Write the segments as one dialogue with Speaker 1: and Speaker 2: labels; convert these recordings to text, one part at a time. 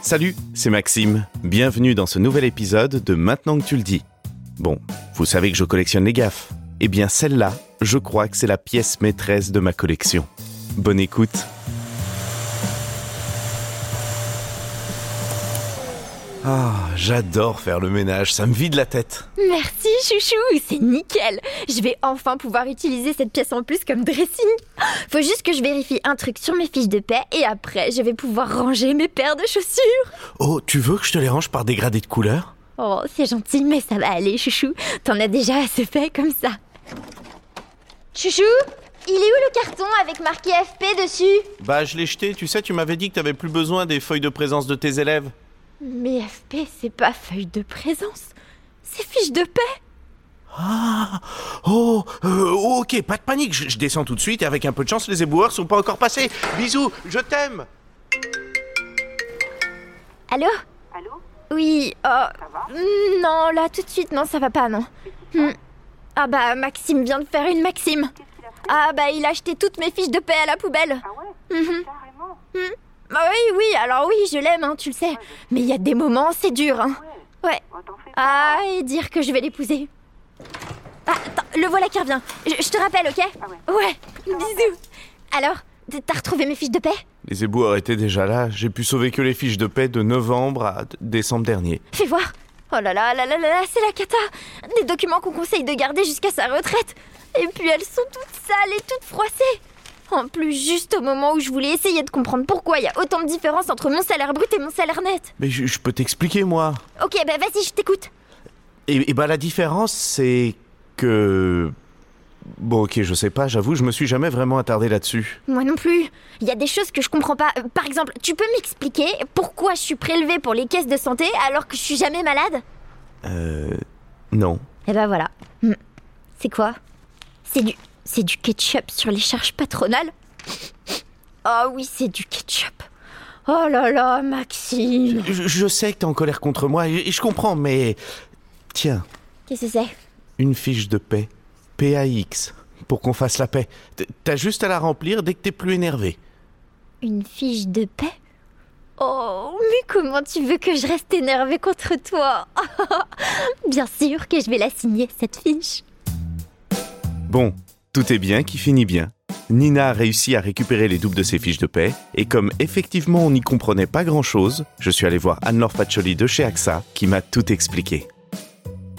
Speaker 1: Salut, c'est Maxime. Bienvenue dans ce nouvel épisode de Maintenant que tu le dis. Bon, vous savez que je collectionne les gaffes. Eh bien, celle-là, je crois que c'est la pièce maîtresse de ma collection. Bonne écoute. Ah, j'adore faire le ménage, ça me vide la tête.
Speaker 2: Merci chouchou, c'est nickel. Je vais enfin pouvoir utiliser cette pièce en plus comme dressing. Faut juste que je vérifie un truc sur mes fiches de paix et après je vais pouvoir ranger mes paires de chaussures.
Speaker 1: Oh, tu veux que je te les range par dégradé de couleur
Speaker 2: Oh, c'est gentil mais ça va aller chouchou. T'en as déjà assez fait comme ça. Chouchou, il est où le carton avec marqué FP dessus
Speaker 1: Bah, je l'ai jeté, tu sais, tu m'avais dit que t'avais plus besoin des feuilles de présence de tes élèves.
Speaker 2: Mais FP c'est pas feuille de présence, c'est fiche de paix.
Speaker 1: Ah Oh euh, Ok, pas de panique, je, je descends tout de suite et avec un peu de chance, les éboueurs sont pas encore passés. Bisous, je t'aime
Speaker 2: Allô
Speaker 3: Allô
Speaker 2: Oui, oh.
Speaker 3: va
Speaker 2: hmm, Non, là tout de suite, non, ça va pas, non. Hmm. Ah bah, Maxime vient de faire une Maxime.
Speaker 3: Qu'est-ce qu'il a fait
Speaker 2: Ah bah, il a acheté toutes mes fiches de paix à la poubelle.
Speaker 3: Ah ouais
Speaker 2: Mhm.
Speaker 3: Carrément
Speaker 2: Ah oui, oui, alors oui, je l'aime, hein, tu le sais. Mais il y a des moments, c'est dur, hein.
Speaker 3: Ouais.
Speaker 2: Ouais.
Speaker 3: Oh, t'en fais pas.
Speaker 2: Ah, et dire que je vais l'épouser. Ah, attends, le voilà qui revient. Je, je te rappelle, ok
Speaker 3: Ah ouais.
Speaker 2: Ouais, bisous. Alors, t- t'as retrouvé mes fiches de paix
Speaker 1: Les éboueurs étaient déjà là, j'ai pu sauver que les fiches de paix de novembre à d- décembre dernier.
Speaker 2: Fais voir. Oh là là là là là, là, c'est la cata. Des documents qu'on conseille de garder jusqu'à sa retraite. Et puis elles sont toutes sales et toutes froissées. En plus, juste au moment où je voulais essayer de comprendre pourquoi il y a autant de différence entre mon salaire brut et mon salaire net.
Speaker 1: Mais je, je peux t'expliquer, moi.
Speaker 2: Ok, bah vas-y, je t'écoute.
Speaker 1: Et, et bah, la différence, c'est que. Bon, ok, je sais pas, j'avoue, je me suis jamais vraiment attardé là-dessus.
Speaker 2: Moi non plus. Il y a des choses que je comprends pas. Euh, Par exemple, tu peux m'expliquer pourquoi je suis prélevée pour les caisses de santé alors que je suis jamais malade
Speaker 1: Euh. Non.
Speaker 2: Et ben voilà. Hmm. C'est quoi C'est du c'est du ketchup sur les charges patronales Oh oui, c'est du ketchup. Oh là là, Maxime.
Speaker 1: Je, je sais que t'es en colère contre moi, et, et je comprends, mais. Tiens,
Speaker 2: Qu'est-ce que c'est
Speaker 1: une fiche de paix. PAX. Pour qu'on fasse la paix. T- T'as juste à la remplir dès que t'es plus énervé.
Speaker 2: Une fiche de paix Oh, mais comment tu veux que je reste énervée contre toi Bien sûr que je vais la signer, cette fiche.
Speaker 1: Bon, tout est bien qui finit bien. Nina a réussi à récupérer les doubles de ses fiches de paix, et comme effectivement on n'y comprenait pas grand-chose, je suis allé voir Anne-Laure Faccioli de chez AXA, qui m'a tout expliqué.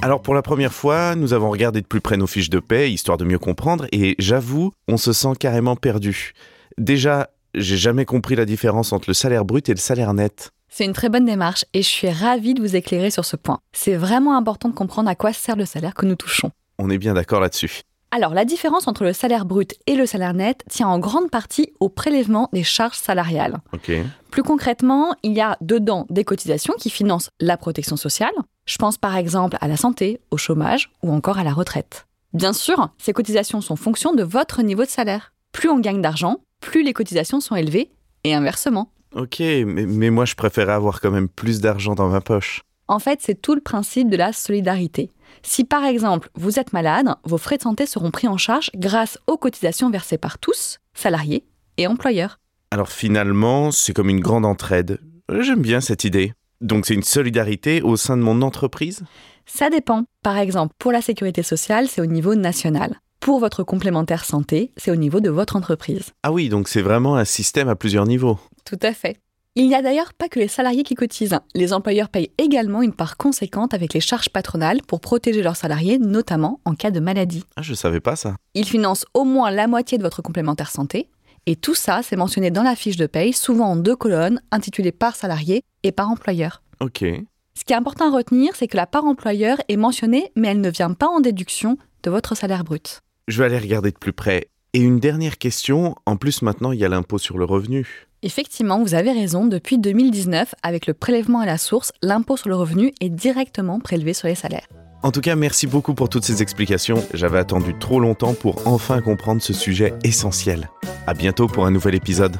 Speaker 1: Alors pour la première fois, nous avons regardé de plus près nos fiches de paix, histoire de mieux comprendre, et j'avoue, on se sent carrément perdu. Déjà, j'ai jamais compris la différence entre le salaire brut et le salaire net.
Speaker 4: C'est une très bonne démarche et je suis ravie de vous éclairer sur ce point. C'est vraiment important de comprendre à quoi sert le salaire que nous touchons.
Speaker 1: On est bien d'accord là-dessus.
Speaker 4: Alors, la différence entre le salaire brut et le salaire net tient en grande partie au prélèvement des charges salariales.
Speaker 1: Ok.
Speaker 4: Plus concrètement, il y a dedans des cotisations qui financent la protection sociale. Je pense par exemple à la santé, au chômage ou encore à la retraite. Bien sûr, ces cotisations sont fonction de votre niveau de salaire. Plus on gagne d'argent, plus les cotisations sont élevées et inversement.
Speaker 1: Ok, mais, mais moi je préférais avoir quand même plus d'argent dans ma poche.
Speaker 4: En fait, c'est tout le principe de la solidarité. Si par exemple vous êtes malade, vos frais de santé seront pris en charge grâce aux cotisations versées par tous, salariés et employeurs.
Speaker 1: Alors finalement, c'est comme une grande entraide. Euh, J'aime bien cette idée. Donc c'est une solidarité au sein de mon entreprise
Speaker 4: Ça dépend. Par exemple, pour la sécurité sociale, c'est au niveau national. Pour votre complémentaire santé, c'est au niveau de votre entreprise.
Speaker 1: Ah oui, donc c'est vraiment un système à plusieurs niveaux.
Speaker 4: Tout à fait. Il n'y a d'ailleurs pas que les salariés qui cotisent. Les employeurs payent également une part conséquente avec les charges patronales pour protéger leurs salariés, notamment en cas de maladie.
Speaker 1: Ah, je savais pas ça.
Speaker 4: Il finance au moins la moitié de votre complémentaire santé. Et tout ça, c'est mentionné dans la fiche de paye, souvent en deux colonnes, intitulées par salarié et par employeur.
Speaker 1: Ok.
Speaker 4: Ce qui est important à retenir, c'est que la part employeur est mentionnée, mais elle ne vient pas en déduction de votre salaire brut.
Speaker 1: Je vais aller regarder de plus près. Et une dernière question, en plus maintenant il y a l'impôt sur le revenu.
Speaker 4: Effectivement, vous avez raison, depuis 2019, avec le prélèvement à la source, l'impôt sur le revenu est directement prélevé sur les salaires.
Speaker 1: En tout cas, merci beaucoup pour toutes ces explications. J'avais attendu trop longtemps pour enfin comprendre ce sujet essentiel. À bientôt pour un nouvel épisode.